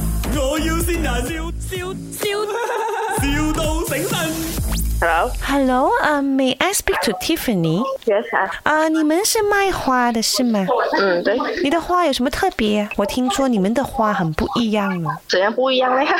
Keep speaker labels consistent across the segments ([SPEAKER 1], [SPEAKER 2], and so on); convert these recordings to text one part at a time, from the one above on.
[SPEAKER 1] 要先人，笑笑笑，,笑到醒神。
[SPEAKER 2] Hello?
[SPEAKER 3] Hello，啊、m a y I speak to Tiffany？
[SPEAKER 2] Yes, ah.
[SPEAKER 3] 啊、你们是卖花的是吗？
[SPEAKER 2] 嗯，对，
[SPEAKER 3] 你的花有什么特别、我听说你们的花很不一样哦，
[SPEAKER 2] 怎样不一样呢？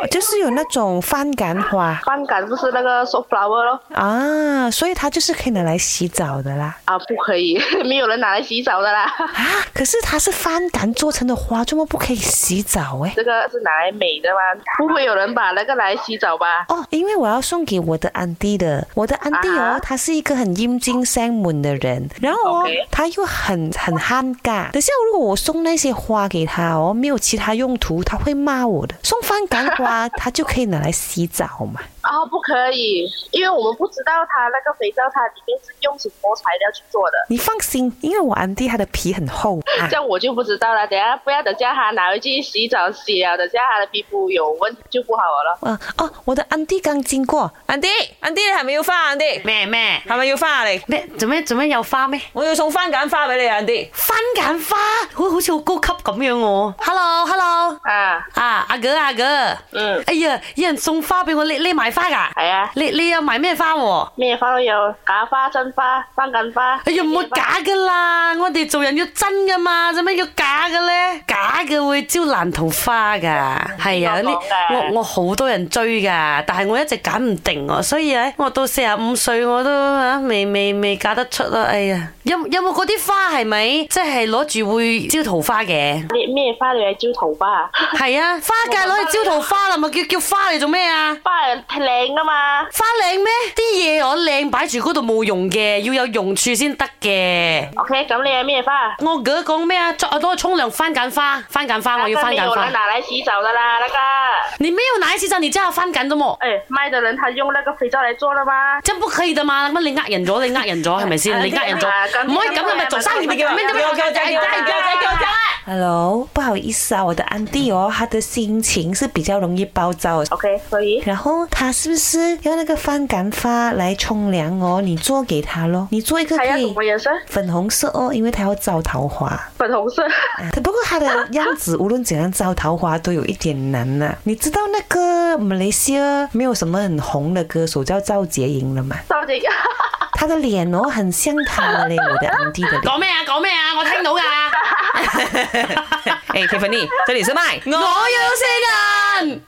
[SPEAKER 3] 哦就是有那种番杆花
[SPEAKER 2] 半杆不是那个 soft flower 咯？
[SPEAKER 3] 啊，所以它就是可以拿来洗澡的啦。
[SPEAKER 2] 啊，不可以， 没有人拿来洗澡的啦。
[SPEAKER 3] 啊，可是它是番杆做成的花，怎么不可以洗澡诶？
[SPEAKER 2] 这个是拿来美的吗？不会有人把那个拿来洗澡吧？
[SPEAKER 3] 哦，因为我要送给我的安迪的，我的安迪哦
[SPEAKER 2] 啊哈，
[SPEAKER 3] 他是一个很阴茎生猛的人，然后哦
[SPEAKER 2] OK，
[SPEAKER 3] 他又很很憨尬。等下如果我送那些花给他哦，没有其他用途，他会骂我的。送番杆花，他就可以拿来洗澡嘛。
[SPEAKER 2] 哦，不可以，因为我们不知道它那个肥皂它里面是用什么材料去做的，
[SPEAKER 3] 你放心，因为我安迪他的皮很厚 啊
[SPEAKER 2] 这。样我就不知道了。等下不要等下他拿回去洗澡洗了，等下他的皮肤有问题就不好了咯。
[SPEAKER 3] 啊哦，我的安迪刚经过，安迪，安迪你系咪要花？安迪
[SPEAKER 4] 咩咩
[SPEAKER 3] 系咪要花嚟？
[SPEAKER 4] 咩？做咩做咩有花咩？
[SPEAKER 3] 我要送番梘花俾你，安迪。
[SPEAKER 4] 番梘花，好好似好高級咁樣喎。Hello Hello，
[SPEAKER 2] 啊，
[SPEAKER 4] 啊阿哥阿哥，
[SPEAKER 2] 嗯，
[SPEAKER 4] 哎呀，有人送花俾我，你你賣花㗎？
[SPEAKER 2] 系啊，
[SPEAKER 4] 你你有賣咩花喎？
[SPEAKER 2] 咩花都有，假花、真花、半根花。
[SPEAKER 4] 哎呀，唔好假噶啦！我哋做人要真噶嘛，做咩要假嘅咧？假嘅會招爛桃花噶，係啊！
[SPEAKER 2] 邊個
[SPEAKER 4] 呢
[SPEAKER 2] 講㗎？
[SPEAKER 4] 我我好多人追噶，但係我一直揀唔定喎，所以咧我到四十五歲我都啊未未未嫁得出啦！哎呀，有有冇嗰啲花係咪即係攞住會招桃花嘅
[SPEAKER 2] 咩咩花你系招桃花啊？
[SPEAKER 4] 係啊，花界攞嚟招桃花啦，咪叫叫花嚟做咩啊？
[SPEAKER 2] 花係靚噶啊嘛？
[SPEAKER 4] 花靚咩？啲嘢我靚擺住嗰度冇用嘅，要有用處先得嘅。
[SPEAKER 2] OK，咁你係咩花？
[SPEAKER 4] 我哥講咩啊？昨日我沖涼番梘花，番梘花我要番
[SPEAKER 2] 那
[SPEAKER 4] 梘
[SPEAKER 2] 個沒有
[SPEAKER 4] 花
[SPEAKER 2] 人。拿来洗澡的啦，那个。
[SPEAKER 4] 你没有拿一洗澡，你叫我番梘的么？
[SPEAKER 2] 哎，賣的人他用那個肥皂來做的嗎？
[SPEAKER 4] 真不可以的嘛！乜你呃人咗，你呃人咗係咪先？你呃人咗
[SPEAKER 2] 啊，咁
[SPEAKER 4] 唔可以咁嘅咪做生意咪咁樣咁樣咁樣咁樣咁樣
[SPEAKER 3] Hello，不好意思啊，我的安迪哦，他的心情是比较容易暴躁的。
[SPEAKER 2] OK，可以。
[SPEAKER 3] 然后他是不是用那个番梘发来冲凉哦？你做给他咯，你做一个
[SPEAKER 2] 还要
[SPEAKER 3] 可
[SPEAKER 2] 什
[SPEAKER 3] 以
[SPEAKER 2] 麼顏色？
[SPEAKER 3] 粉红色哦，因为他要招桃花。
[SPEAKER 2] 粉紅 色。
[SPEAKER 3] 啊不过他的样子无论怎样招桃花都有一点难呐、你知道那个马来西亚没有什么很红的歌手叫赵洁莹了嘛？
[SPEAKER 2] 到底？
[SPEAKER 3] 他的脸哦很像他嘞，我的安迪的脸。
[SPEAKER 4] 講咩啊？講咩啊？我聽到㗎。
[SPEAKER 3] 哎，Tiffany，这里是麦，
[SPEAKER 4] 我要先人，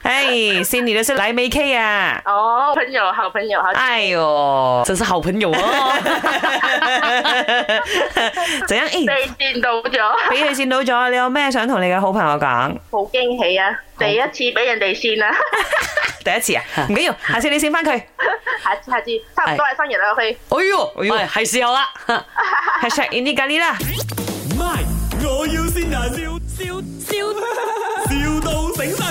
[SPEAKER 3] 哎，心里的是莱梅 K 啊。
[SPEAKER 2] 哦，朋友，好朋友，好。
[SPEAKER 3] 哎呦，
[SPEAKER 4] 真是好朋友哦。
[SPEAKER 3] 怎样？哎，
[SPEAKER 2] 被電到咗，
[SPEAKER 3] 俾你見到咗，你有咩想同你嘅好朋友講？
[SPEAKER 2] 好驚喜啊！第一次俾人哋線 啊！
[SPEAKER 3] 第一次啊，唔緊要，下次你先翻佢。
[SPEAKER 2] 下次下次，差唔多係生日啦，OK。
[SPEAKER 4] 哎呦，哎呦，係時候啦。
[SPEAKER 3] Hashtag i n d 咖喱啦。
[SPEAKER 1] My，我要先人，笑笑笑，,笑到醒神。